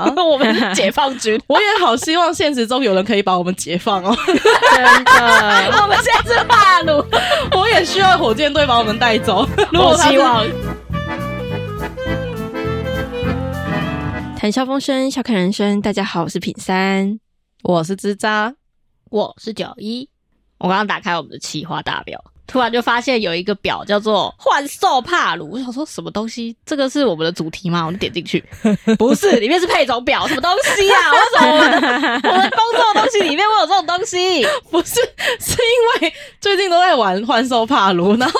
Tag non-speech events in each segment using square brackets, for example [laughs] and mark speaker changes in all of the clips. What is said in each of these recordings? Speaker 1: [laughs] 我们是解放军，
Speaker 2: 我也好希望现实中有人可以把我们解放哦，
Speaker 3: 真
Speaker 1: [laughs]
Speaker 3: 的，
Speaker 1: 我们现在是霸奴。
Speaker 2: [laughs] 我也需要火箭队把我们带走。如果
Speaker 1: [laughs] 我
Speaker 2: 他是
Speaker 1: 希望
Speaker 3: 谈笑风生，笑看人生。大家好，我是品三。
Speaker 1: 我是支扎，我是九一。我刚刚打开我们的企划大表，突然就发现有一个表叫做“幻兽帕鲁”，我想说什么东西？这个是我们的主题吗？我就点进 [laughs] 去，不是，里面是配种表，什么东西 [laughs] 啊？为什么我们的我们工作的东西里面会有这种东西？
Speaker 2: 不是，是因为最近都在玩幻兽帕鲁，然后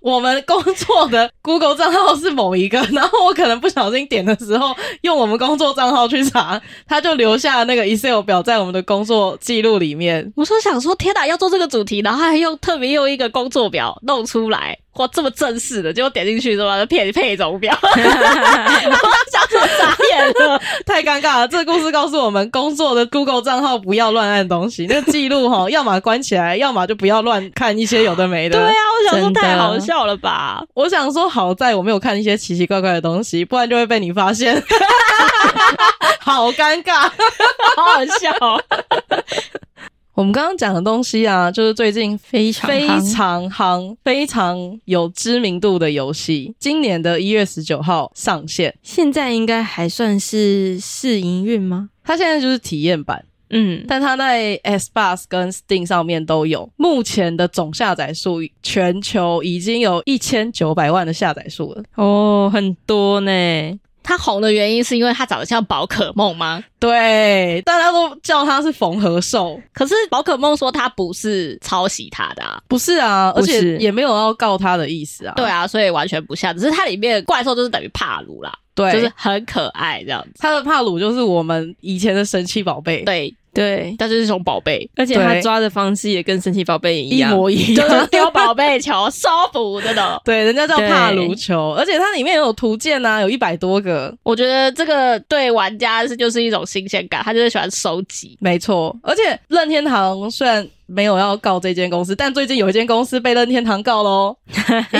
Speaker 2: 我们呃工作的 Google 账号是某一个，然后我可能不小心点的时候用我们工作账号去查，他就留下那个 Excel 表在我们的工作记录里面。 [laughs]
Speaker 1: 我说想说，天哪，要做这个主题，然后还用特别用一个工作表弄出来，哇，这么正式的，结果点进去之后配配种 [laughs] 表，我想说傻眼了。
Speaker 2: 太尴尬了！这个故事告诉我们，工作的 Google 账号不要乱按东西，那个记录哈，要么关起来，要么就不要乱看一些有的没的。
Speaker 1: 对啊，我想说
Speaker 3: 真的
Speaker 1: 太好笑了吧？
Speaker 2: 我想说，好在我没有看一些奇奇怪怪的东西，不然就会被你发现。 [laughs] 好尴尬！
Speaker 1: 好好笑 [laughs] 哦，
Speaker 2: 我们刚刚讲的东西啊，就是最近
Speaker 3: 非常
Speaker 2: 非
Speaker 3: 夯
Speaker 2: 常夯、非常有知名度的游戏，今年的一月十九号上线。
Speaker 3: 现在应该还算是试营运吗？
Speaker 2: 它现在就是体验版，
Speaker 3: 嗯，
Speaker 2: 但它在 Xbox 跟 Steam 上面都有。目前的总下载数，全球已经有一千九百万的下载数了。
Speaker 3: 哦，很多呢。
Speaker 1: 他红的原因是因为他长得像宝可梦吗？
Speaker 2: 对，大家都叫它是缝合兽。
Speaker 1: 可是宝可梦说他不是抄袭他的、啊，
Speaker 2: 不是啊，而
Speaker 3: 不
Speaker 2: 且
Speaker 3: 是
Speaker 2: 也没有要告他的意思啊。
Speaker 1: 对啊，所以完全不像。只是它里面的怪兽就是等于帕鲁啦，
Speaker 2: 对，
Speaker 1: 就是很可爱这样子。
Speaker 2: 他的帕鲁就是我们以前的神奇宝贝，，
Speaker 1: 对，
Speaker 3: 对，
Speaker 1: 但是是种宝贝，
Speaker 3: 而且他
Speaker 2: 对
Speaker 3: 抓的方式也跟神奇宝贝一
Speaker 2: 一
Speaker 3: 样，
Speaker 2: 模一
Speaker 1: 就
Speaker 2: 样。
Speaker 1: 是丢宝贝球、收服这种。
Speaker 2: [laughs] 对，人家叫
Speaker 3: 对
Speaker 2: 帕鲁球，而且它里面有图鉴啊，有一百多个，
Speaker 1: [laughs] 我觉得这个对玩家是就是一种新鲜感，他就是喜欢收集。
Speaker 2: 没错。而且任天堂虽然没有要告这间公司，但最近有一间公司被任天堂告喽，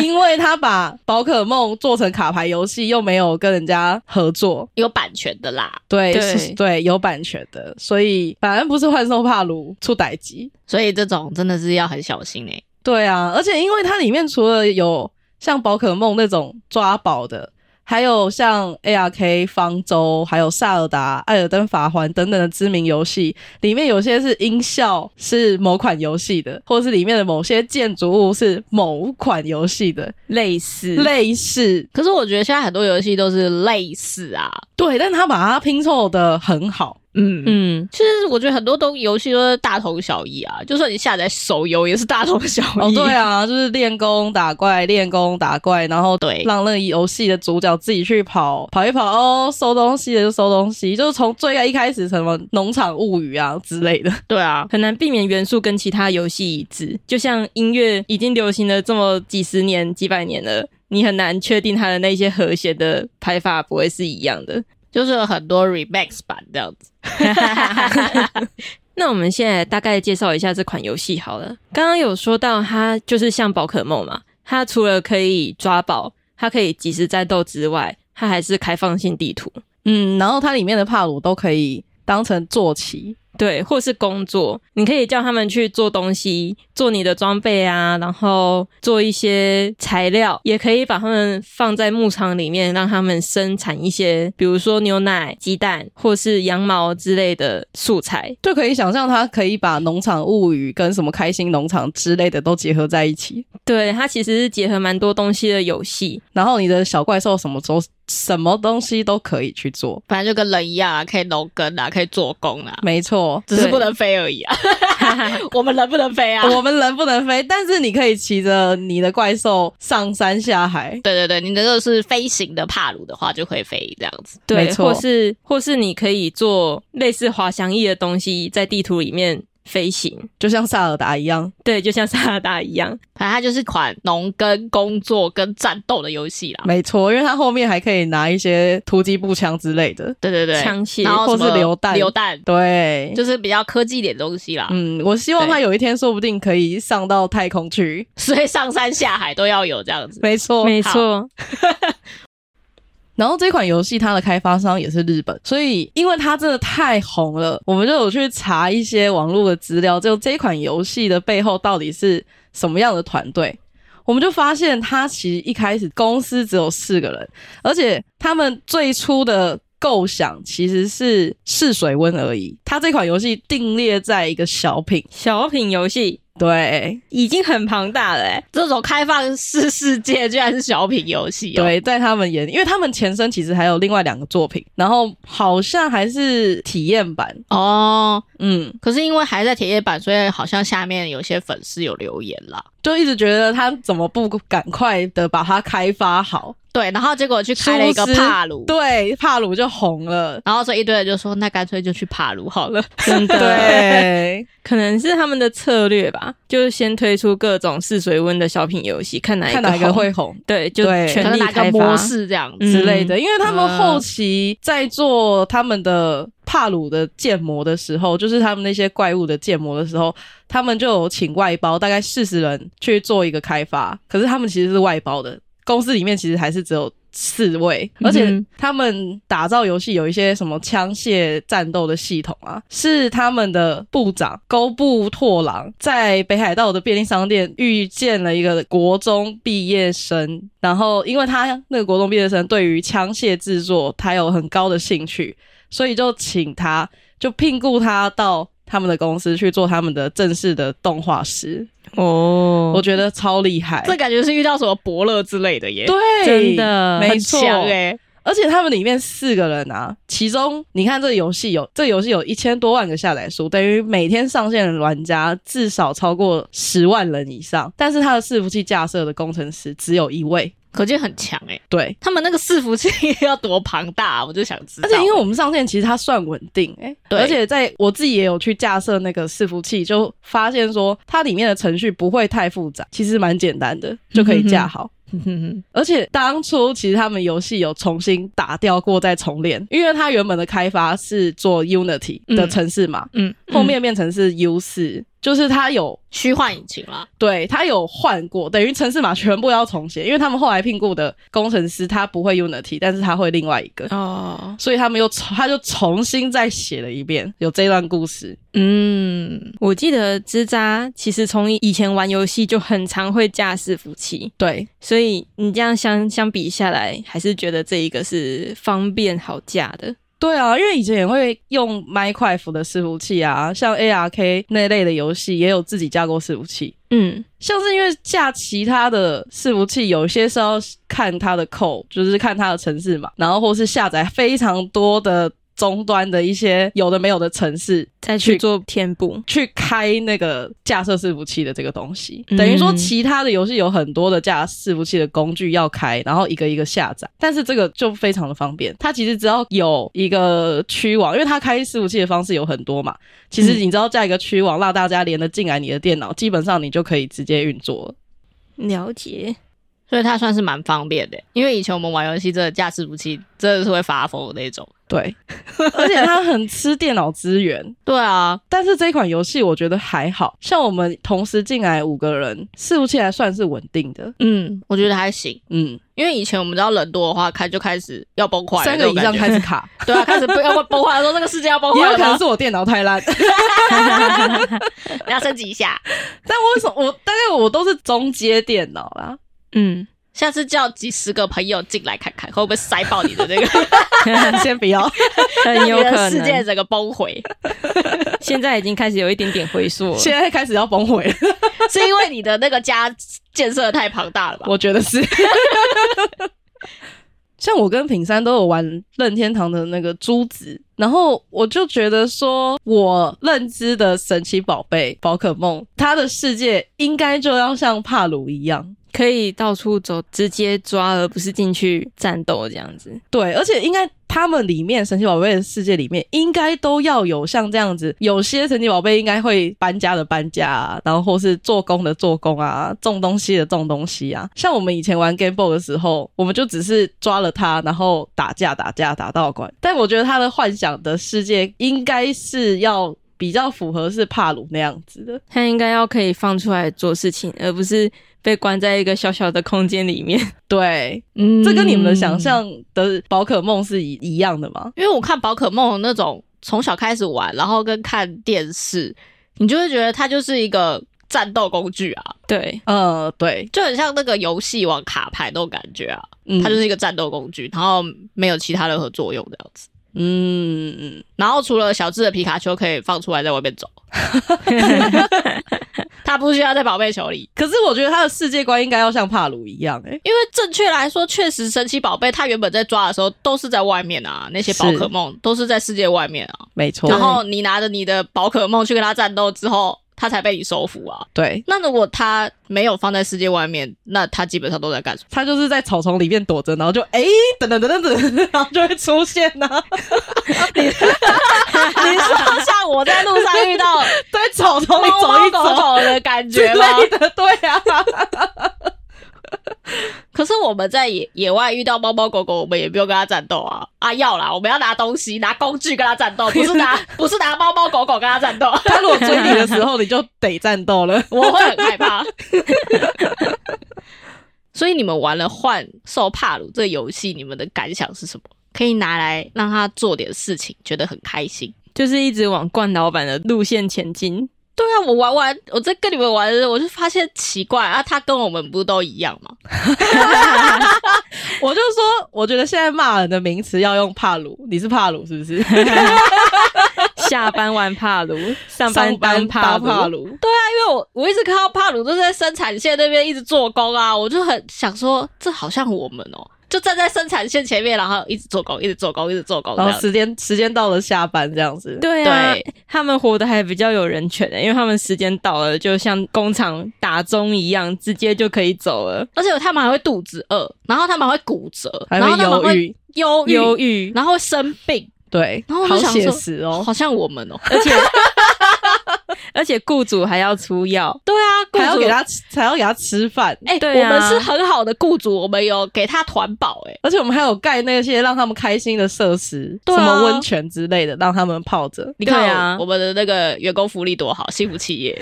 Speaker 2: 因为他把宝可梦做成卡牌游戏，又没有跟人家合作，
Speaker 1: 有版权的啦，
Speaker 2: 对
Speaker 3: 对
Speaker 2: 是对，有版权的，所以反正不是幻兽帕鲁出歹机，
Speaker 1: 所以这种真的是要很小心哎、
Speaker 2: 对啊，而且因为它里面除了有像宝可梦那种抓宝的，还有像 ARK、方舟、还有萨尔达、艾尔登法环等等的知名游戏，里面有些是音效是某款游戏的，或是里面的某些建筑物是某款游戏的，
Speaker 3: 类似
Speaker 2: 类似
Speaker 1: 可是我觉得现在很多游戏都是类似啊，
Speaker 2: 对，但它把它拼凑的很好。
Speaker 1: 嗯嗯，
Speaker 3: 嗯，
Speaker 1: 其实我觉得很多东游戏都是大同小异啊，就算你下载手游也是大同小异。
Speaker 2: 哦，对，啊，就是练功打怪，练功打怪，然后
Speaker 1: 对
Speaker 2: 让那个游戏的主角自己去跑跑一跑哦，收东西的就收东西，就是从最一开始什么农场物语啊之类的，
Speaker 1: 对啊，
Speaker 3: 很难避免元素跟其他游戏一致。就像音乐已经流行了这么几十年、几百年了，你很难确定它的那些和谐的拍法不会是一样的。
Speaker 1: 就是有很多 remix 版这样子。
Speaker 3: 那我们现在大概介绍一下这款游戏好了。刚刚有说到它就是像宝可梦嘛，它除了可以抓宝，它可以即时战斗之外，它还是开放性地图，
Speaker 2: [laughs] 嗯，然后它里面的帕鲁都可以当成坐骑，
Speaker 3: 对，或是工作，你可以叫他们去做东西，做你的装备啊，然后做一些材料，也可以把他们放在牧场里面，让他们生产一些，比如说牛奶、鸡蛋或是羊毛之类的素材。
Speaker 2: 就可以想象它可以把农场物语跟什么开心农场之类的都结合在一起，
Speaker 3: 对，它其实是结合蛮多东西的游戏，
Speaker 2: 然后你的小怪兽什么时候什么东西都可以去做，
Speaker 1: 反正就跟人一样啊，可以农耕啊，可以做工啊，
Speaker 2: 没错。
Speaker 1: 只是不能飞而已啊。我们能不能 [laughs] 飞啊？
Speaker 2: 我们人不能飞，但是你可以骑着你的怪兽上山下海，
Speaker 1: 对对对，你的就是飞行的帕鲁的话，就会飞这样子。
Speaker 3: 对
Speaker 2: 没，错
Speaker 3: 或是或是你可以做类似滑翔翼的东西，在地图里面飞行。
Speaker 2: 就像萨尔达一样。
Speaker 3: 对，就像萨拉达一样，
Speaker 1: 反正它就是款农耕、工作跟战斗的游戏啦。
Speaker 2: 没错，因为它后面还可以拿一些突击步枪之类的。
Speaker 1: 对对对，
Speaker 3: 枪械
Speaker 1: 然后
Speaker 2: 或
Speaker 1: 什么
Speaker 2: 是榴弹
Speaker 1: 榴弹
Speaker 2: 对，
Speaker 1: 就是比较科技一点的东西啦。
Speaker 2: 嗯，我希望它有一天说不定可以上到太空去。
Speaker 3: 哦
Speaker 1: 所以上山下海都要有这样子。
Speaker 2: 没错，
Speaker 3: 没错。
Speaker 2: 然后这款游戏它的开发商也是日本，所以因为它真的太红了，我们就有去查一些网络的资料，就这款游戏的背后到底是什么样的团队。我们就发现，它其实一开始公司只有四个人，而且他们最初的构想其实是试水温而已。它这款游戏定列在一个小品，
Speaker 3: 小品游戏
Speaker 2: 对，
Speaker 3: 已经很庞大了、欸，
Speaker 1: 这种开放式世界居然是小品游戏、哦，，
Speaker 2: 对，在他们眼里，因为他们前身其实还有另外两个作品，然后好像还是体验版，
Speaker 1: 哦，
Speaker 2: 嗯，
Speaker 1: 可是因为还在铁夜版，所以好像下面有些粉丝有留言啦。
Speaker 2: 就一直觉得他怎么不赶快的把它开发好，
Speaker 1: 对，然后结果去开了一个
Speaker 2: 殊不知
Speaker 1: 帕鲁，
Speaker 2: 对，帕鲁就红
Speaker 3: [laughs]
Speaker 2: 了，
Speaker 1: 然后所以一堆人就说，那干脆就去帕鲁好
Speaker 2: [laughs]
Speaker 1: 了。
Speaker 3: 真 [laughs] 的。
Speaker 2: 对，
Speaker 3: 可能是他们的策略吧，就是先推出各种试水温的小品游戏，看哪一
Speaker 2: 看哪个
Speaker 3: 红
Speaker 2: 会红。
Speaker 3: 对，就
Speaker 2: 对
Speaker 1: 可
Speaker 3: 全
Speaker 1: 能
Speaker 3: 力
Speaker 1: 拿个
Speaker 3: 开
Speaker 1: 模
Speaker 3: 发。
Speaker 1: 式这样子，
Speaker 3: 嗯
Speaker 2: 之类的，因为他们后期在做他们的帕鲁的建模的时候，就是他们那些怪物的建模的时候，他们就有请外包，大概四十人去做一个开发。可是他们其实是外包的，公司里面其实还是只有四位，
Speaker 3: 嗯哼
Speaker 2: 而且他们打造游戏有一些什么枪械战斗的系统啊，是他们的部长沟部拓郎在北海道的便利商店遇见了一个国中毕业生，然后因为他那个国中毕业生对于枪械制作他有很高的兴趣，所以就请他就聘雇他到。他们的公司去做他们的正式的动画师，
Speaker 3: 哦
Speaker 2: 我觉得超厉害，
Speaker 1: 这感觉是遇到什么伯乐之类的耶，
Speaker 2: 对，
Speaker 3: 真的欸
Speaker 2: 没
Speaker 1: 很
Speaker 2: 错，
Speaker 1: 强哎，
Speaker 2: 而且他们里面四个人啊，其中你看这个游戏有这个游戏有一千多万个下载数，等于每天上线的玩家至少超过十万人以上。但是他的伺服器架设的工程师只有一位，
Speaker 1: 可见很强哎。
Speaker 2: 对。
Speaker 1: 他们那个伺服器要多庞大、我就想知道。
Speaker 2: 而且因为我们上线，其实它算稳定，诶、
Speaker 1: 对
Speaker 2: 而且在我自己也有去架设那个伺服器，就发现说它里面的程序不会太复杂，其实蛮简单的，就可以架好。而且当初其实他们游戏有重新打掉过再重练，因为它原本的开发是做 Unity 的城市嘛，
Speaker 1: 嗯，
Speaker 2: 后面变成是 U 四、就是它有
Speaker 1: [laughs] 虚幻引擎啦，
Speaker 2: 对它有换过，等于城市码全部要重写，因为他们后来聘雇的工程师他不会 Unity，但是他会另外一个，
Speaker 3: 哦，
Speaker 2: 所以他们又重他就重新再写了一遍，有这段故事。
Speaker 3: 嗯，我记得吱喳其实从以前玩游戏就很常会架伺服器，
Speaker 2: 对，
Speaker 3: 所以你这样相相比下来，还是觉得这一个是方便好架的。
Speaker 2: 对啊，因为以前也会用 Minecraft 的伺服器啊，像 ARK 那类的游戏也有自己架过伺服器。
Speaker 3: 嗯，
Speaker 2: 像是因为架其他的伺服器，有一些是要看它的扣，就是看它的城市嘛，然后或是下载非常多的终端的一些有的没有的城市，
Speaker 3: 再去做填补。
Speaker 2: 去开那个架设伺服器的这个东西，
Speaker 3: 嗯
Speaker 2: 等于说其他的游戏有很多的架伺服器的工具要开，然后一个一个下载，但是这个就非常的方便。它其实只要有一个区网，因为它开伺服器的方式有很多嘛，其实你只要架一个区网，让大家连得进来你的电脑，基本上你就可以直接运作了。
Speaker 3: 了解，
Speaker 1: 所以它算是蛮方便的。因为以前我们玩游戏，真的架伺服器真的是会发疯的那种。
Speaker 2: 对， [laughs] 而且它很吃电脑资源。
Speaker 1: 对啊，
Speaker 2: 但是这款游戏我觉得还好，像我们同时进来五个人，伺服器还算是稳定的。
Speaker 1: 嗯，我觉得还行。
Speaker 2: 嗯，
Speaker 1: 因为以前我们知道人多的话，开就开始要崩坏了，
Speaker 2: 三个以上
Speaker 1: 那种感觉
Speaker 2: 开始卡，
Speaker 1: [laughs] 对啊，开始不要不崩坏了，说这个世界要崩
Speaker 2: 也
Speaker 1: 坏
Speaker 2: 有
Speaker 1: 了
Speaker 2: 可能
Speaker 1: 吗，
Speaker 2: 是我电脑太烂。 [laughs]
Speaker 1: 你要升级一下。
Speaker 2: 但我为什么我大概我都是中阶电脑啦？ [laughs]
Speaker 3: [laughs] 嗯，
Speaker 1: 下次叫几十个朋友进来看看，会不会塞爆你的
Speaker 2: [laughs]
Speaker 1: 那个
Speaker 2: 先不
Speaker 1: [laughs]
Speaker 2: 要，
Speaker 3: 很有
Speaker 1: 你的
Speaker 3: 可
Speaker 1: 世界
Speaker 3: 能。
Speaker 1: 整个崩毁？
Speaker 3: 现在已经开始有一点点回溯了。
Speaker 2: 现在开始要崩毁了，
Speaker 1: 是因为你的那个家建设得太庞大了吧？
Speaker 2: 我觉得是。 [laughs] 像我跟品山都有玩任天堂的那个珠子，然后我就觉得说，我认知的神奇宝贝宝可梦，它的世界应该就要像帕鲁一样，
Speaker 3: [laughs] 可以到处走，直接抓，而不是进去战斗这样子。
Speaker 2: 对，而且应该他们里面神奇宝贝的世界里面，应该都要有像这样子，有些神奇宝贝应该会搬家的搬家、啊，然后或是做工的做工啊，种东西的种东西啊。像我们以前玩 Game Boy 的时候，我们就只是抓了它，然后打架打架打到关。但我觉得他的幻想的世界应该是要。比较符合是帕鲁那样子的。
Speaker 3: 他应该要可以放出来做事情，而不是被关在一个小小的空间里面。 [laughs]
Speaker 2: 对，
Speaker 1: 嗯
Speaker 2: 这跟你们的想，象的宝可梦是一一样的吗？
Speaker 1: 因为我看宝可梦那种从小开始玩，然后跟看电视，你就会觉得它就是一个战斗工具啊，
Speaker 3: 对，
Speaker 2: 呃，对，
Speaker 1: 就很像那个游戏王卡牌那种感觉啊，
Speaker 2: 嗯，
Speaker 1: 它就是一个战斗工具，然后没有其他任何作用这样子。
Speaker 2: 嗯嗯
Speaker 1: 然后除了小智的皮卡丘可以放出来在外面走， [laughs] 它不需要在宝贝球里。
Speaker 2: 可是我觉得他的世界观应该要像帕鲁一样、欸，
Speaker 1: 因为正确来说，确实神奇宝贝它原本在抓的时候都是在外面啊，那些宝可梦都是在世界外面啊。
Speaker 2: 没错
Speaker 1: 然后你拿着你的宝可梦去跟它战斗之后，它才被你收服啊。
Speaker 2: 对，
Speaker 1: 那如果它没有放在世界外面，那它基本上都在干什么？
Speaker 2: 他就是在草丛里面躲着，然后就哎、等等等等等， [laughs] 然后就会出现呐、
Speaker 1: [laughs]
Speaker 2: 啊，[laughs]
Speaker 1: 你说像我在路上遇到
Speaker 2: 在草丛里走
Speaker 1: 猫
Speaker 2: 一
Speaker 1: 猫狗
Speaker 2: 走
Speaker 1: 狗的感
Speaker 2: 之
Speaker 1: 觉吗？
Speaker 2: 类的，对啊， [laughs]
Speaker 1: 可是我们在野野外遇到猫猫狗狗，我们也不用跟它战斗啊啊！要啦，我们要拿东西、拿工具跟它战 [laughs] 斗，不是拿不是拿猫猫狗狗跟它战 [laughs] 斗。
Speaker 2: 他如果追你的时候，你就得战斗了。
Speaker 1: 我会很害怕。 [laughs] 所以你们玩了《换兽帕鲁》这个游戏，你们的感想是什么？可以拿来让他做点事情，觉得很开心。
Speaker 3: [laughs] 就是一直往冠老板的路线前进。
Speaker 1: 对啊，我玩完，我在跟你们玩的时候，我就发现奇怪啊，他跟我们不都一样吗？
Speaker 2: 我就说，我觉得现在骂人的名词要用帕鲁，你是帕鲁是
Speaker 1: [laughs]
Speaker 2: 不是？
Speaker 3: 下班玩帕鲁，上班当帕
Speaker 2: 上班当
Speaker 3: 鲁。
Speaker 2: 鲁，
Speaker 1: 因为我我一直看到帕鲁都在生产线那边一直做工啊，我就很想说，这好像我们哦、就站在生产线前面，然后一直做工，一直做工，一直做工这
Speaker 2: 然
Speaker 1: 样
Speaker 2: 后
Speaker 1: 子。
Speaker 2: 时间时间到了下班这样子。
Speaker 3: 对啊
Speaker 1: 啊对
Speaker 3: 他们活得还比较有人权的、因为他们时间到了，就像工厂打钟一样，直接就可以走了。
Speaker 1: 而且他们还会肚子饿，然后他们还会骨折，
Speaker 2: 还
Speaker 1: 然后他们
Speaker 2: 忧
Speaker 1: 会
Speaker 2: 郁，
Speaker 1: 忧郁，
Speaker 3: 忧郁，
Speaker 1: 然后会生病，
Speaker 2: 对，
Speaker 1: 然后我
Speaker 2: 好
Speaker 1: 就想
Speaker 2: 写
Speaker 1: 说 [laughs]
Speaker 2: 实哦，
Speaker 1: 好像我们哦、
Speaker 3: 而且而且雇主还要出药，
Speaker 1: 对啊，雇
Speaker 2: [laughs] 还要
Speaker 1: 主
Speaker 2: 给，他吃，还要给他吃饭，
Speaker 1: 哎、
Speaker 3: 对啊
Speaker 1: 我们是很好的雇主，我们有给他团保、哎，
Speaker 2: 而且我们还有盖那些让他们开心的设施，
Speaker 1: 对啊
Speaker 2: 什么温泉之类的，让他们泡着。
Speaker 1: 你看
Speaker 3: 对啊
Speaker 1: 我们的那个员工福利多好，幸福企业。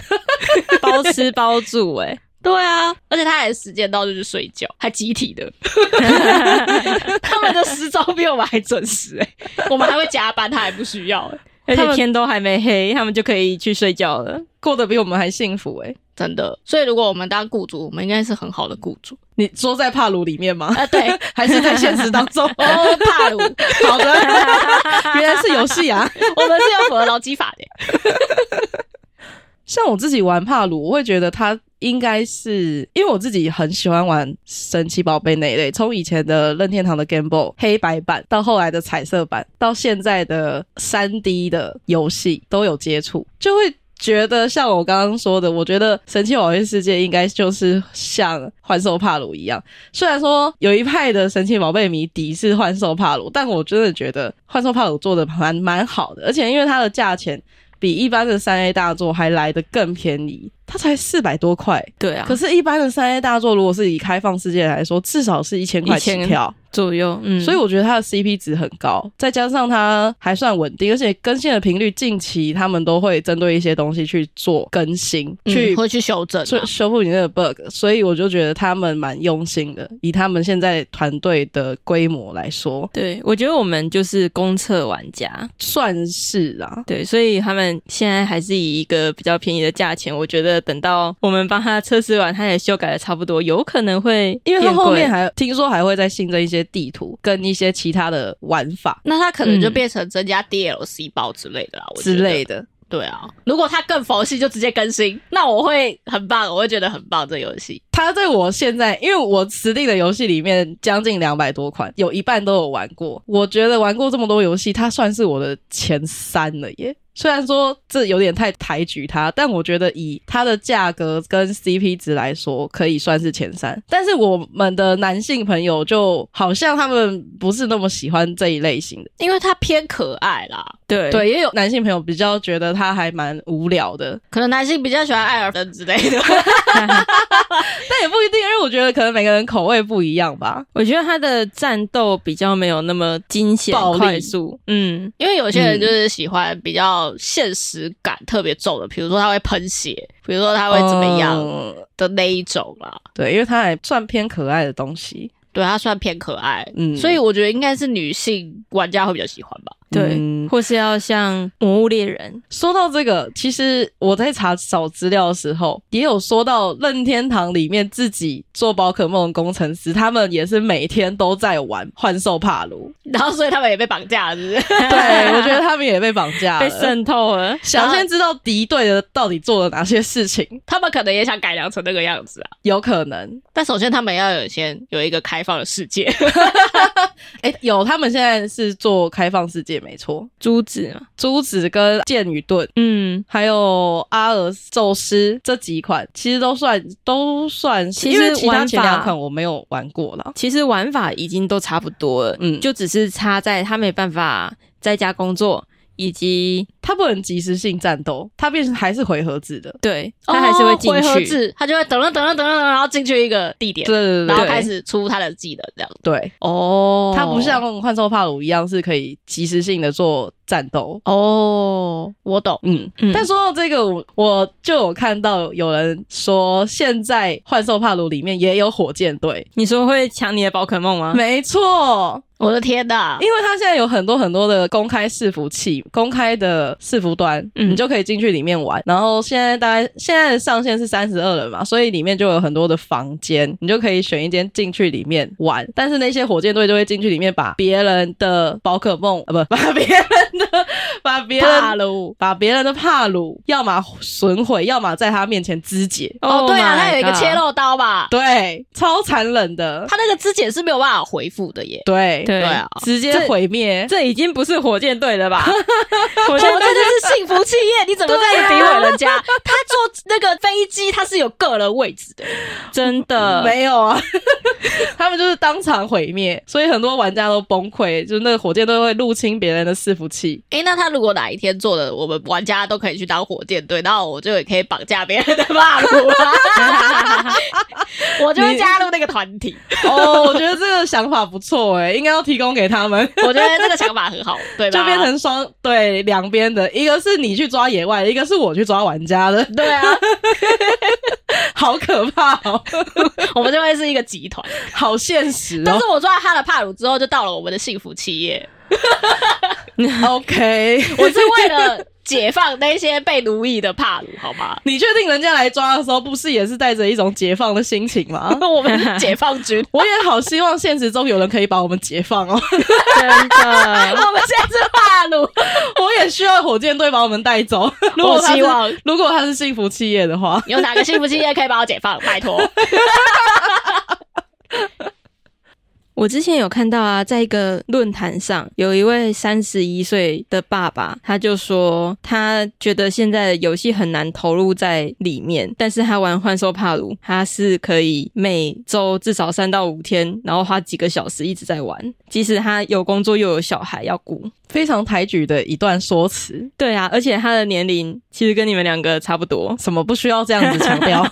Speaker 3: 包吃包住、欸，
Speaker 1: 对啊，而且他还时间到就去睡觉，还集体 [laughs] 的。他们的时钟比我们还准时哎、我们还会加班，他还不需要哎、
Speaker 3: 而
Speaker 2: 他
Speaker 3: 且
Speaker 2: 们
Speaker 3: 天都还没黑，他们就可以去睡觉了。
Speaker 2: 过得比我们还幸福欸诶、
Speaker 1: 真的。所以如果我们当雇主，我们应该是很好的雇主
Speaker 2: 你说在帕鲁里面吗？
Speaker 1: 啊、对，
Speaker 2: 还是在现实当中？
Speaker 1: [laughs]
Speaker 2: [laughs]
Speaker 1: 哦，帕鲁，
Speaker 2: 好的，原来是游戏啊。
Speaker 1: 我们是有符合劳基法的、
Speaker 2: 像我自己玩帕鲁，我会觉得它应该是因为我自己很喜欢玩神奇宝贝那一类，从以前的任天堂的 Game Boy 黑白版，到后来的彩色版，到现在的三 D 的游戏都有接触，就会。觉得像我刚刚说的，我觉得神奇宝贝世界应该就是像幻兽帕鲁一样，虽然说有一派的神奇宝贝迷敌是幻兽帕鲁，但我真的觉得幻兽帕鲁做的蛮蛮好的，而且因为它的价钱比一般的三 A 大作还来得更便宜，它才四百多块。
Speaker 3: 对啊
Speaker 2: 可是，一般的三 A 大作如果是以开放世界来说，至少是一千块起
Speaker 3: 1000
Speaker 2: 跳，
Speaker 3: 左右，嗯，
Speaker 2: 所以我觉得它的 CP 值很高，再加上它还算稳定，而且更新的频率近期他们都会针对一些东西去做更新，
Speaker 1: [laughs]
Speaker 2: 去
Speaker 1: 嗯会去修正、
Speaker 2: 修
Speaker 1: 啊。
Speaker 2: 修复你那个 bug，所以我就觉得他们蛮用心的。以他们现在团队的规模来说，
Speaker 3: 对，我觉得我们就是公测玩家，
Speaker 2: 算是啊。
Speaker 3: 对，所以他们现在还是以一个比较便宜的价钱，我觉得等到我们帮他测试完，他也修改的差不多，有可能会
Speaker 2: 因为他
Speaker 3: 变
Speaker 2: 后
Speaker 3: 贵
Speaker 2: 面还听说还会再新增一些地图跟一些其他的玩法
Speaker 1: 那他可能就
Speaker 3: 嗯
Speaker 1: 变成增加 DLC 包之类的啦，我觉
Speaker 2: 之
Speaker 1: 得
Speaker 2: 类的。
Speaker 1: 对啊，如果它更佛系，就直接更新，那我会很棒，我会觉得很棒这游戏。
Speaker 2: 它在我现在，因为我 Steam 的游戏里面将近两百多款，有一半都有玩过。我觉得玩过这么多游戏，它算是我的前三了耶。虽然说这有点太抬举它，但我觉得以它的价格跟 CP 值来说，可以算是前三。但是我们的男性朋友就好像他们不是那么喜欢这一类型的，
Speaker 1: 因为它偏可爱啦，
Speaker 3: 对
Speaker 2: 对，也有男性朋友比较觉得它还蛮无聊的，
Speaker 1: 可能男性比较喜欢艾尔登之类的。
Speaker 2: 但也不一定，因为我觉得可能每个人口味不一样吧。
Speaker 3: 我觉得他的战斗比较没有那么惊险
Speaker 2: 暴力
Speaker 3: 快速，嗯，
Speaker 1: 因为有些人就是喜欢比较较现实感特别重的，比如说它会喷血，比如说它会怎么样
Speaker 2: 嗯
Speaker 1: 的那一种啦。
Speaker 2: 对，因为它还算偏可爱的东西。
Speaker 1: 对，它算偏可爱，
Speaker 2: 嗯
Speaker 1: 所以我觉得应该是女性玩家会比较喜欢吧。 [laughs]
Speaker 3: 对，
Speaker 2: 嗯
Speaker 3: 或是要像《魔物猎人
Speaker 2: 说到这个，其实我在查找资料的时候，也有说到任天堂里面自己做宝可梦的工程师，他们也是每天都在玩幻兽帕鲁。
Speaker 1: 然后，所以他们也被绑架了是不是？
Speaker 2: [laughs]
Speaker 1: [laughs]
Speaker 2: 对，我觉得他们也被绑》架
Speaker 3: 被
Speaker 2: 了。
Speaker 3: 渗透了，
Speaker 2: 想先知道敌对的到底做了哪些事情，
Speaker 1: 他们可能也想改良成那个样子啊。
Speaker 2: 有可能，
Speaker 1: 但首先，他们要有先有一个开放的世界，
Speaker 2: 哎、有他们现在是做开放世界，没错，
Speaker 3: 珠子嘛，
Speaker 2: 珠子跟剑与盾，
Speaker 3: 嗯，
Speaker 2: 还有阿尔宙斯这几款，其实都算都算是，
Speaker 3: 其实
Speaker 2: 因为其他
Speaker 3: 玩
Speaker 2: 前
Speaker 3: 法
Speaker 2: 两款我没有玩过啦。
Speaker 3: 其实玩法已经都差不多了，
Speaker 2: 嗯
Speaker 3: 嗯，就只是差在他没办法在家工作，以及
Speaker 2: 它不能即时性战斗，它变成还是回合制的。
Speaker 3: 对他还是会
Speaker 1: [laughs]
Speaker 3: 进
Speaker 1: 哦回合
Speaker 3: 去，
Speaker 1: 制，他就会等了等了等了，然后进去一个地点，
Speaker 2: 对对
Speaker 1: 然后
Speaker 2: 对
Speaker 1: 开始出他的技能这样。
Speaker 2: 对，
Speaker 1: 哦
Speaker 2: 它不像幻兽帕鲁一样是可以即时性的做战斗。
Speaker 1: 哦，我懂。
Speaker 2: 嗯，
Speaker 3: 嗯
Speaker 2: 但说到这个，我我就有看到有人说，现在幻兽帕鲁里面也有火箭队，
Speaker 3: 你说会抢你的宝可梦吗？
Speaker 2: 没错，
Speaker 1: 我的天呐
Speaker 2: 因！为它现在有很多很多的公开伺服器、公开的伺服端，
Speaker 3: 嗯
Speaker 2: 你就可以进去里面玩。然后现在大概现在的上限是三十二人嘛，所以里面就有很多的房间，你就可以选一间进去里面玩。但是那些火箭队就会进去里面把别人的宝可梦啊，不，把别人的把别
Speaker 1: 帕
Speaker 2: 人
Speaker 1: 鲁
Speaker 2: 把别人的帕鲁，要么损毁，要么在他面前肢解。
Speaker 1: 哦，对啊，
Speaker 3: Oh my
Speaker 1: 他有一个
Speaker 3: god
Speaker 1: 切肉刀吧？
Speaker 2: 对，超残忍的。
Speaker 1: 他那个肢解是没有办法回复的耶。
Speaker 2: 对
Speaker 3: 对
Speaker 1: 啊
Speaker 2: 直接
Speaker 3: 这
Speaker 2: 毁灭。
Speaker 3: [laughs] 这已经不是火箭队 [laughs] 了吧？火
Speaker 1: 我
Speaker 3: 箭
Speaker 1: 们
Speaker 3: 队
Speaker 1: 真的是幸福企业，你怎么在诋毁人家？他坐那个飞机，他是有个人位置的。
Speaker 3: 真的
Speaker 2: 没有啊， [laughs] 他们就是当场毁灭，所以很多玩家都崩溃，就是那个火箭队会入侵别人的伺服器。
Speaker 1: 诶，那他如果哪一天做的，我们玩家都可以去当火箭队，然后我就也可以绑架别人的霸主 [laughs] 啊，我就会加入那个团体。
Speaker 2: 哦，我觉 [laughs] 得这个想法不错诶，应该要提供给他们，
Speaker 1: [laughs] 我觉得这个想法很好，对吧？
Speaker 2: 就变成双对两边的，一个是你去抓野外，一个是我去抓玩家的， [laughs]
Speaker 1: 对啊，
Speaker 2: 好可怕哦，
Speaker 1: 我们就会是一个集 [laughs] 团。
Speaker 2: 好现实
Speaker 1: 但
Speaker 2: 哦
Speaker 1: 是。我抓哈了帕鲁之后，就到了我们的幸福企业。
Speaker 2: OK， [laughs]
Speaker 1: 我是为了解放那些被奴役的帕鲁，好
Speaker 2: [laughs]
Speaker 1: 吗？？
Speaker 2: 你确定人家来抓的时候，不是也是带着一种解放的心情 [laughs] 吗
Speaker 1: 我们是解放
Speaker 2: [laughs]，
Speaker 1: 军
Speaker 2: 我也好希望现实中有人可以把我们解放哦，
Speaker 3: 真的，
Speaker 1: 我们现在是帕鲁。
Speaker 2: [laughs] 我也需要火箭队把我们带 [laughs] 走。如果
Speaker 1: [laughs] 我
Speaker 2: 他是
Speaker 1: 希望
Speaker 2: 如果他是幸福企业的话，
Speaker 1: 有哪个幸福企业可以把我解放？拜
Speaker 2: [laughs]
Speaker 1: 托，
Speaker 3: 我之前有看到啊，在一个论坛上，有一位三十一岁的爸爸，他就说他觉得现在的游戏很难投入在里面，但是他玩《幻兽帕鲁》，他是可以每周至少三到五天，然后花几个小时一直在玩，即使他有工作又有小孩要顾。
Speaker 2: 非常抬举的一段说辞，，
Speaker 3: 对啊，而且他的年龄其实跟你们两个差不多
Speaker 2: 什么不需要这样子强 [laughs] 调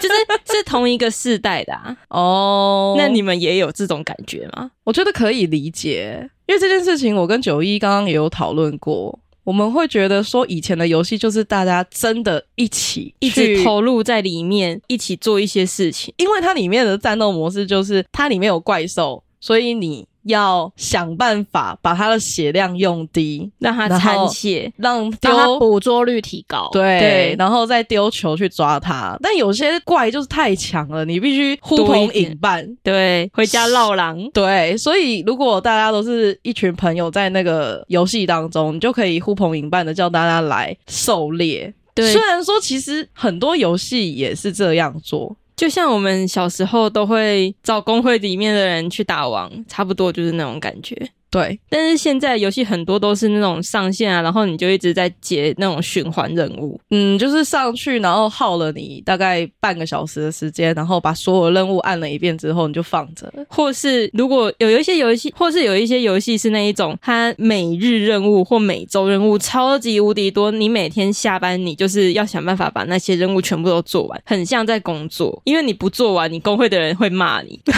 Speaker 3: 就是是同一个世代的、 [laughs] 啊。
Speaker 2: 哦
Speaker 3: 那你们也有这种感觉吗？
Speaker 2: 我觉得可以理解，因为这件事情我跟九一刚刚也有讨论过，我们会觉得说以前的游戏就是大家真的一起
Speaker 3: 一
Speaker 2: 去
Speaker 3: 直。投入在里面，一起做一些事情。
Speaker 2: 因为它里面的战斗模式就是它里面有怪兽，所以你要想办法把它的血量用低，
Speaker 3: 让他
Speaker 2: 然后
Speaker 3: 残血，
Speaker 2: 让
Speaker 1: 让它
Speaker 2: 丢
Speaker 1: 捕捉率提高。
Speaker 2: 对，
Speaker 3: 对
Speaker 2: 然后再丢球去抓它。但有些怪就是太强了，你必须呼
Speaker 3: 多
Speaker 2: 朋
Speaker 3: 一点
Speaker 2: 引伴。
Speaker 3: 对，回家绕狼，
Speaker 2: 对，所以如果大家都是一群朋友在那个游戏当中，你就可以呼朋引伴的叫大家来狩猎。
Speaker 3: 对
Speaker 2: 虽然说其实很多游戏也是这样做，
Speaker 3: 就像我们小时候都会找工会里面的人去打王，差不多就是那种感觉。
Speaker 2: 对，
Speaker 3: 但是现在游戏很多都是那种上线啊，然后你就一直在接那种循环任务，
Speaker 2: 嗯，就是上去然后耗了你大概半个小时的时间，然后把所有任务按了一遍之后，你就放着了。
Speaker 3: 或是如果有一些游戏，或是有一些游戏是那一种，它每日任务或每周任务超级无敌多，你每天下班你就是要想办法把那些任务全部都做完，很像在工作，因为你不做完，你工会的人会骂你。
Speaker 1: 我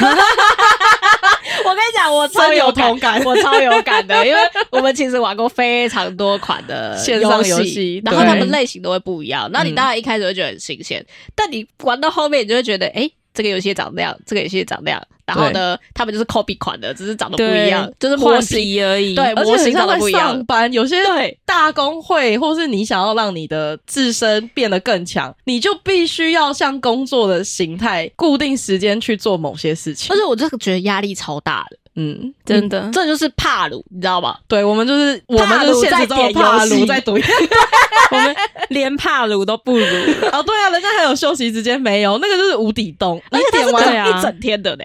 Speaker 1: 跟你讲，我超有
Speaker 2: 超有
Speaker 1: 同
Speaker 2: 同感
Speaker 1: 我超有感
Speaker 2: [laughs]
Speaker 1: 的，因为我们其实玩过非常多款的
Speaker 2: 线上游
Speaker 1: 戏
Speaker 2: 戏，
Speaker 1: 然后它们
Speaker 2: 对嗯
Speaker 1: 类型都会不一样。那你当然一开始会觉得很新鲜，但你玩到后面，你就会觉得，哎、这个游戏也长那样，这个游戏也长那样。然后呢，他们就是 copy 款的，只是长得不一样，就是模
Speaker 3: 换
Speaker 1: 型。
Speaker 3: 皮 E 而已。嗯
Speaker 1: 对
Speaker 2: 而且
Speaker 1: 模型
Speaker 2: 很
Speaker 1: 长
Speaker 2: 像
Speaker 1: 得
Speaker 2: 在
Speaker 1: 不一样
Speaker 2: 上班，有些
Speaker 1: 对
Speaker 2: 大工会，或是你想要让你的自身变得更强，你就必须要像工作的形态，固定时间去做某些事情
Speaker 1: 而。且我真的觉得压力超大的，
Speaker 2: 嗯，
Speaker 3: 真的，
Speaker 1: 这就是帕鲁，你知道吗？
Speaker 2: 对，我们就是我们就是现实中的
Speaker 1: 帕
Speaker 2: 帕
Speaker 1: 鲁
Speaker 2: 鲁
Speaker 1: 在
Speaker 2: 在读。
Speaker 3: 我们连帕鲁都不如。
Speaker 2: [laughs] 哦，对啊，人家还有休息时间没有，那个就是无底洞。你点完，
Speaker 3: 对
Speaker 2: 那
Speaker 3: 啊
Speaker 1: 一整天的呢。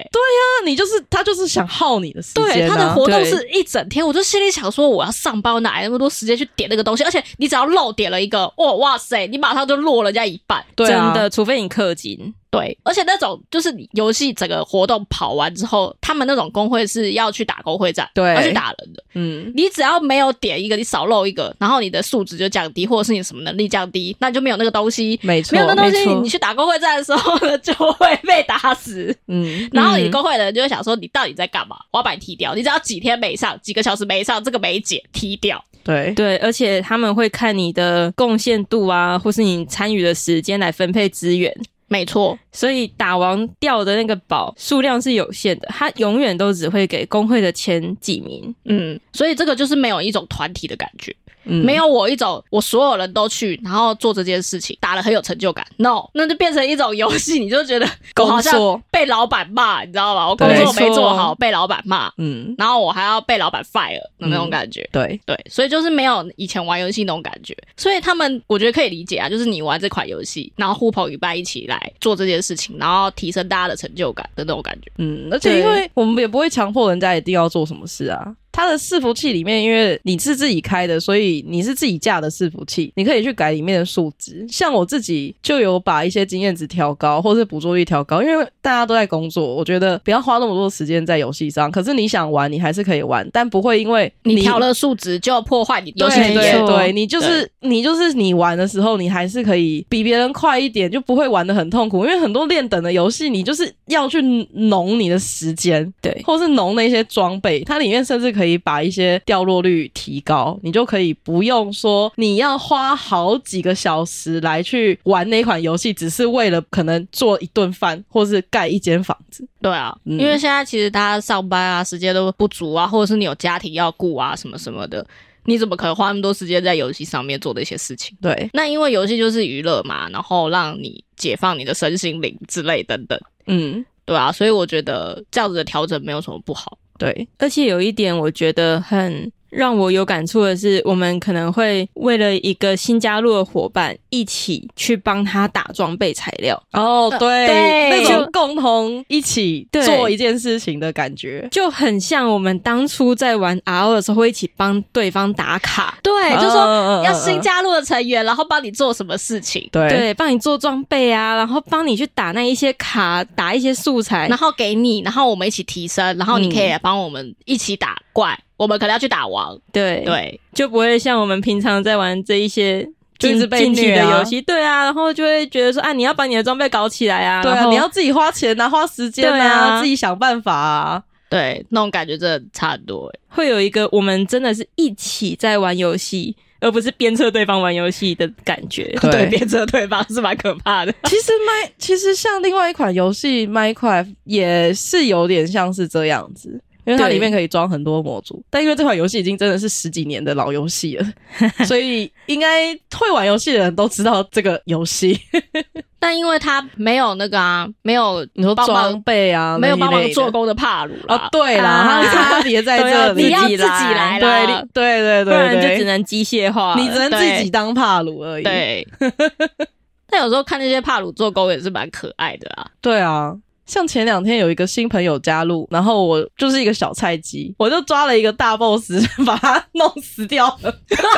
Speaker 2: 你就是他就是想耗你的时间啊、
Speaker 1: 对，他的活动
Speaker 3: 对
Speaker 1: 是一整天，我就心里想说，我要上班，我哪来那么多时间去点那个东西？而且你只要漏点了一个，哇哇塞，你马上就落人家一半。
Speaker 2: 对啊
Speaker 3: 真的，除非你氪金，
Speaker 1: 对，而且那种就是你游戏整个活动跑完之后，他们那种工会是要去打工会战，
Speaker 2: 对
Speaker 1: 要去打人的。
Speaker 2: 嗯，
Speaker 1: 你只要没有点一个，你少漏一个，然后你的素质就降低，或者是你什么能力降低，那你就没有那个东西。
Speaker 2: 没错，
Speaker 1: 没有那东
Speaker 2: 没
Speaker 1: 西，
Speaker 2: 错
Speaker 1: 你去打工会战的时候呢，就会被打死。
Speaker 2: 嗯，
Speaker 1: 然后你
Speaker 3: 嗯
Speaker 1: 工会的人就会想说，你到底在干嘛？我要把你踢掉。你只要几天没上，几个小时没上，这个没解，踢掉。
Speaker 2: 对，
Speaker 3: 对，而且他们会看你的贡献度啊，或是你参与的时间来分配资源。
Speaker 1: 没错，
Speaker 3: 所以打王掉的那个宝数量是有限的，它永远都只会给工会的前几名。
Speaker 1: 嗯，所以这个就是没有一种团体的感觉，
Speaker 2: 嗯
Speaker 1: 没有我一种我所有人都去，然后做这件事情，打了很有成就感。No，那就变成一种游戏，你就觉得我
Speaker 2: 工作
Speaker 1: 好像被老板骂，你知道吗？我工
Speaker 2: 对
Speaker 1: 作没
Speaker 3: 没
Speaker 1: 做
Speaker 3: 错
Speaker 1: 好，被老板骂，
Speaker 2: 嗯，
Speaker 1: 然后我还要被老板 fire 的那种
Speaker 2: 嗯
Speaker 1: 感觉。
Speaker 2: 对，
Speaker 1: 对，所以就是没有以前玩游戏那种感觉，所以他们我觉得可以理解啊，就是你玩这款游戏，然后呼朋引伴一起来做这件事情，然后提升大家的成就感的那种感觉。
Speaker 2: 嗯，而且因为我们也不会强迫人家一定要做什么事啊。它的伺服器里面，因为你是自己开的，所以你是自己架的伺服器，你可以去改里面的数值。像我自己就有把一些经验值调高，或是捕捉率调高，因为大家都在工作，我觉得不要花那么多时间在游戏上。可是你想玩，你还是可以玩，但不会因为
Speaker 1: 你调了数值就破坏你游戏体
Speaker 2: 对
Speaker 3: 没
Speaker 1: 验
Speaker 2: 对
Speaker 3: 错。
Speaker 2: 对，你就是你就是你玩的时候，你还是可以比别人快一点，就不会玩的很痛苦。因为很多练等的游戏，你就是要去弄你的时间，
Speaker 3: 对，
Speaker 2: 或是弄那些装备，它里面甚至可以把一些掉落率提高，你就可以不用说你要花好几个小时来去玩那款游戏，只是为了可能做一顿饭或是盖一间房子。
Speaker 1: 对啊，
Speaker 2: 嗯
Speaker 1: 因为现在其实大家上班啊，时间都不足啊，或者是你有家庭要顾啊，什么什么的，你怎么可能花那么多时间在游戏上面做的一些事情？
Speaker 2: 对，
Speaker 1: 那因为游戏就是娱乐嘛，然后让你解放你的身心灵之类等等，
Speaker 2: 嗯，
Speaker 1: 对啊，所以我觉得这样子的调整没有什么不好。
Speaker 2: 对，
Speaker 3: 而且有一点我觉得很让我有感触的是，我们可能会为了一个新加入的伙伴一起去帮他打装备材料。
Speaker 2: 哦，对，
Speaker 1: 对
Speaker 2: 那种共同一起
Speaker 3: 对
Speaker 2: 做一件事情的感觉，
Speaker 3: 就很像我们当初在玩 RO 的时候，会一起帮对方打卡，
Speaker 1: 对，就说 [laughs]
Speaker 2: 说
Speaker 1: 要新加入的成员，然后帮你做什么事情，
Speaker 2: 嗯对
Speaker 3: 对，帮你做装备啊，然后帮你去打那一些卡，打一些素材
Speaker 1: 然。后给你，然后我们一起提升，然后你可以来帮我们一起打怪，我们可能要去打王，
Speaker 3: 对，
Speaker 1: 对，
Speaker 3: 就不会像我们平常在玩这一些
Speaker 2: 就一
Speaker 3: 竞
Speaker 2: 直被
Speaker 3: 竞技
Speaker 2: 虐
Speaker 3: 的
Speaker 2: 啊
Speaker 3: 游戏，对啊，然后就会觉得说啊，你要把你的装备搞起来啊，
Speaker 2: 对
Speaker 3: 然
Speaker 2: 啊，
Speaker 3: 后
Speaker 2: 你要自己花钱啊，花时间
Speaker 3: 对
Speaker 2: 啊，
Speaker 3: 啊
Speaker 2: 自己想办法啊。
Speaker 1: 对，那种感觉真的差很多、欸。
Speaker 3: 会有一个我们真的是一起在玩游戏，而不是鞭策对方玩游戏的感觉。
Speaker 2: 对
Speaker 1: 变成对 [laughs] 方是蛮可怕的。
Speaker 2: 其实麦，其实像另外一款游戏《Minecraft》也是有点像是这样子，因为它
Speaker 3: 对
Speaker 2: 里面可以装很多模组。但因为这款游戏已经真的是十几年的老游戏了，所以应该会玩游戏的人都知道这个游戏。
Speaker 1: [laughs] 但因为他没有那个啊，没有
Speaker 2: 你说
Speaker 1: 帮忙
Speaker 2: 装备啊，
Speaker 1: 没有帮忙
Speaker 2: 那一类的
Speaker 1: 做工的帕鲁啦，
Speaker 2: 哦，对啦，它
Speaker 3: 啊
Speaker 2: 的差别在
Speaker 3: 都啊要
Speaker 2: 这
Speaker 3: [laughs]
Speaker 1: 你
Speaker 2: 里
Speaker 1: 要。自
Speaker 3: 自己
Speaker 1: 己来
Speaker 3: 来
Speaker 2: 对
Speaker 1: 啦
Speaker 2: 你，对对
Speaker 3: 不然
Speaker 2: 对
Speaker 3: 就只
Speaker 2: 对，
Speaker 3: 能机
Speaker 2: [laughs]
Speaker 3: 械化了。
Speaker 2: 你只能自己当帕鲁而已。
Speaker 1: 对。 [laughs] 但有时候看那些帕鲁做工也是蛮可爱的啊，
Speaker 2: 对啊，像前两天有一个新朋友加入，然后我就是一个小菜鸡，我就抓了一个大 boss [laughs] 把他弄死掉了。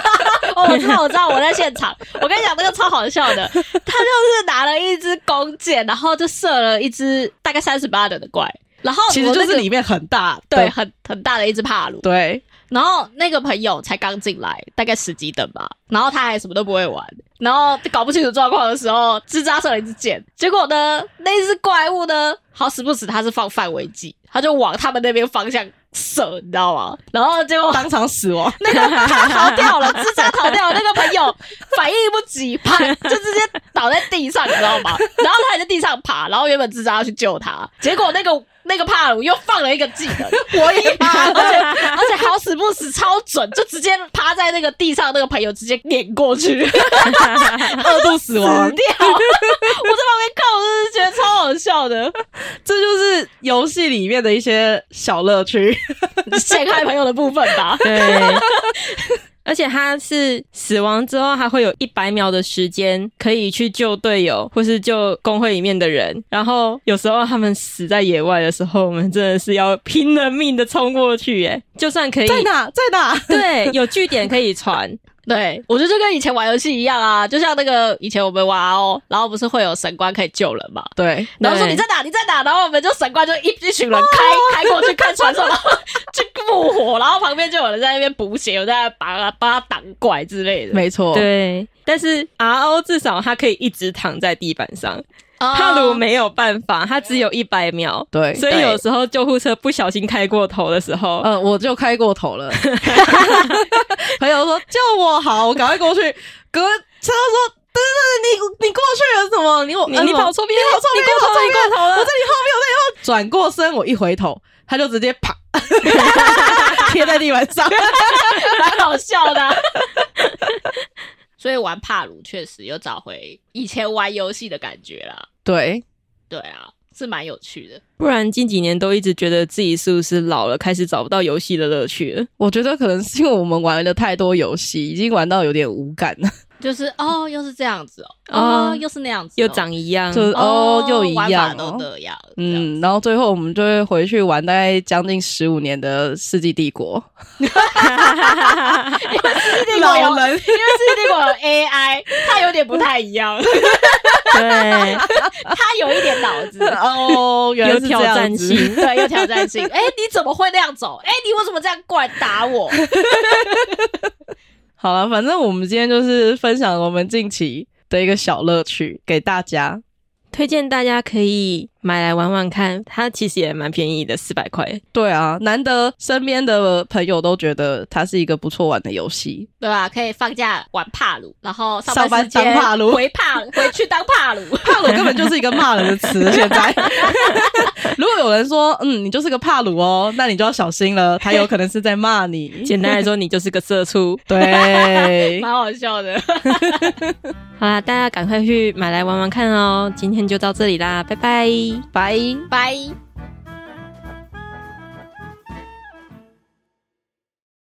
Speaker 1: [laughs] 哦，我知道，我知道，我在现场。我跟你讲，那个超好笑的，他就是拿了一支弓箭，然后就射了一只大概三十八的的怪，然后
Speaker 2: [laughs] 其实
Speaker 1: 我
Speaker 2: 就
Speaker 1: 那
Speaker 2: 是
Speaker 1: 个
Speaker 2: 里面很大，
Speaker 1: 对很很大的一只帕鲁，
Speaker 2: 对，
Speaker 1: 然后那个朋友才刚进来，大概十几等吧，然后他还什么都不会玩，然后搞不清楚状况的时候，支扎射了一支箭，结果呢，那一只怪物呢，好死不死它是放范围计，他就往他们那边方向射，你知道吗？然后结果
Speaker 2: 当场死亡。
Speaker 1: 那个他逃掉了，自杀逃掉了。那个朋友反应不及，啪就直接倒在地上，你知道吗？然后他还在地上爬，然后原本自杀要去救他，结果那个 [laughs] 那个帕鲁又放了一个技能，我一趴，而且而且好死不死超准，就直接趴在那个地上，那个朋友直接碾过去，
Speaker 2: 二度死
Speaker 1: [laughs]
Speaker 2: 亡
Speaker 1: 死，掉。我在旁边看，我真的是觉得超好笑的，
Speaker 2: 这就是游戏里面的一些小乐趣。
Speaker 1: 陷害朋友的部分吧。
Speaker 3: 对， [laughs] 而且他是死亡之后，他会有一百秒的时间可以去救队友或是救工会里面的人。然后有时候他们死在野外的时候，我们真的是要拼了命的冲过去，哎，就算 [laughs] 可以。
Speaker 2: 在哪？在哪？
Speaker 3: 对，有据点可以传，
Speaker 1: 对，我觉得就跟以前玩游戏一样啊，就像那个以前我们玩哦，然后不是会有神官可以救人嘛？
Speaker 2: 对，
Speaker 1: 然后说
Speaker 3: 对
Speaker 1: 你在哪？你在哪？然后我们就神官就一一群人开开过去看传送，然后 [laughs] 去复活，然后旁边就有人在那边补血，有在那把他帮他挡怪之类的。
Speaker 2: 没错。
Speaker 3: [laughs] 对。但是 R O 至少他可以一直躺在地板上，
Speaker 1: 哦
Speaker 3: 帕鲁没有办法，他只有一百秒。
Speaker 2: 对
Speaker 3: 所以有时候救护车不小心开过头的时候，
Speaker 2: 嗯，我就开过头了。朋友说叫我好，我赶快过去。隔他说。等等，你你过去了怎么？你我
Speaker 3: 你
Speaker 2: 呃
Speaker 3: 你
Speaker 2: 什么
Speaker 3: 跑错边
Speaker 2: 你跑错边，
Speaker 3: 你过头
Speaker 2: 我在
Speaker 3: 了
Speaker 2: 我
Speaker 3: 你过头了
Speaker 2: 在你后面，我在你后面。转过身，我一回头，他就直接啪 [laughs] 贴在地板
Speaker 1: [laughs]
Speaker 2: 上。
Speaker 1: 蛮好笑的啊、 [laughs] 所以玩帕鲁确实有找回以前玩游戏的感觉啦。
Speaker 2: [laughs] 对，
Speaker 1: 对啊，是蛮有趣的。
Speaker 3: 不然近几年都一直觉得自己是不是老了，开始找不到游戏的乐趣了。
Speaker 2: 我觉得可能是因为我们玩了太多游戏，已经玩到有点无感了，
Speaker 1: 就是哦，又是这样子哦，
Speaker 3: 哦
Speaker 1: 哦，又是那样子、哦，
Speaker 3: 又长一样， [laughs]
Speaker 2: 就是哦又一
Speaker 1: 玩
Speaker 2: 样
Speaker 1: 法都
Speaker 2: 哦。
Speaker 1: 这样，嗯，
Speaker 2: 嗯，然后最后我们就会回去玩大概将近十五年的《世纪帝国
Speaker 1: 因为世纪帝》，国有
Speaker 2: 老，
Speaker 1: [laughs]
Speaker 2: 人
Speaker 1: 因为世纪帝国有 AI，它有点不太一样，
Speaker 3: 对，
Speaker 1: 它有一点脑子。
Speaker 2: [laughs] [laughs] 哦，原来
Speaker 3: 有
Speaker 2: 是这
Speaker 3: 挑
Speaker 2: 样
Speaker 3: 战
Speaker 2: 子
Speaker 3: 性。
Speaker 1: 对，有挑战性。哎、你怎么会那样走？哎、你为什么这样过来打我？
Speaker 2: 好了，反正我们今天就是分享我们近期的一个小乐趣给大家。
Speaker 3: 推荐大家可以买来玩玩看，它其实也蛮便宜的，四百块。
Speaker 2: 对啊，难得身边的朋友都觉得它是一个不错玩的游戏。
Speaker 1: 对吧？可以放假玩帕鲁，然后
Speaker 2: 上班
Speaker 1: 班时间
Speaker 2: 当帕鲁
Speaker 1: 回帕回去当帕鲁。
Speaker 2: 帕鲁根本就是一个骂人的 [laughs] 词，现在。如果有人说，嗯，你就是个帕鲁哦，那你就要小心了，他有可能是在骂你。
Speaker 3: 简单来说，你就是个社畜。
Speaker 1: [laughs]
Speaker 2: 对，
Speaker 1: 蛮好笑的，
Speaker 3: 好啦，大家赶快去买来玩玩看哦。今天就到这里啦，拜拜。
Speaker 2: [laughs] 拜。
Speaker 1: [laughs] 拜。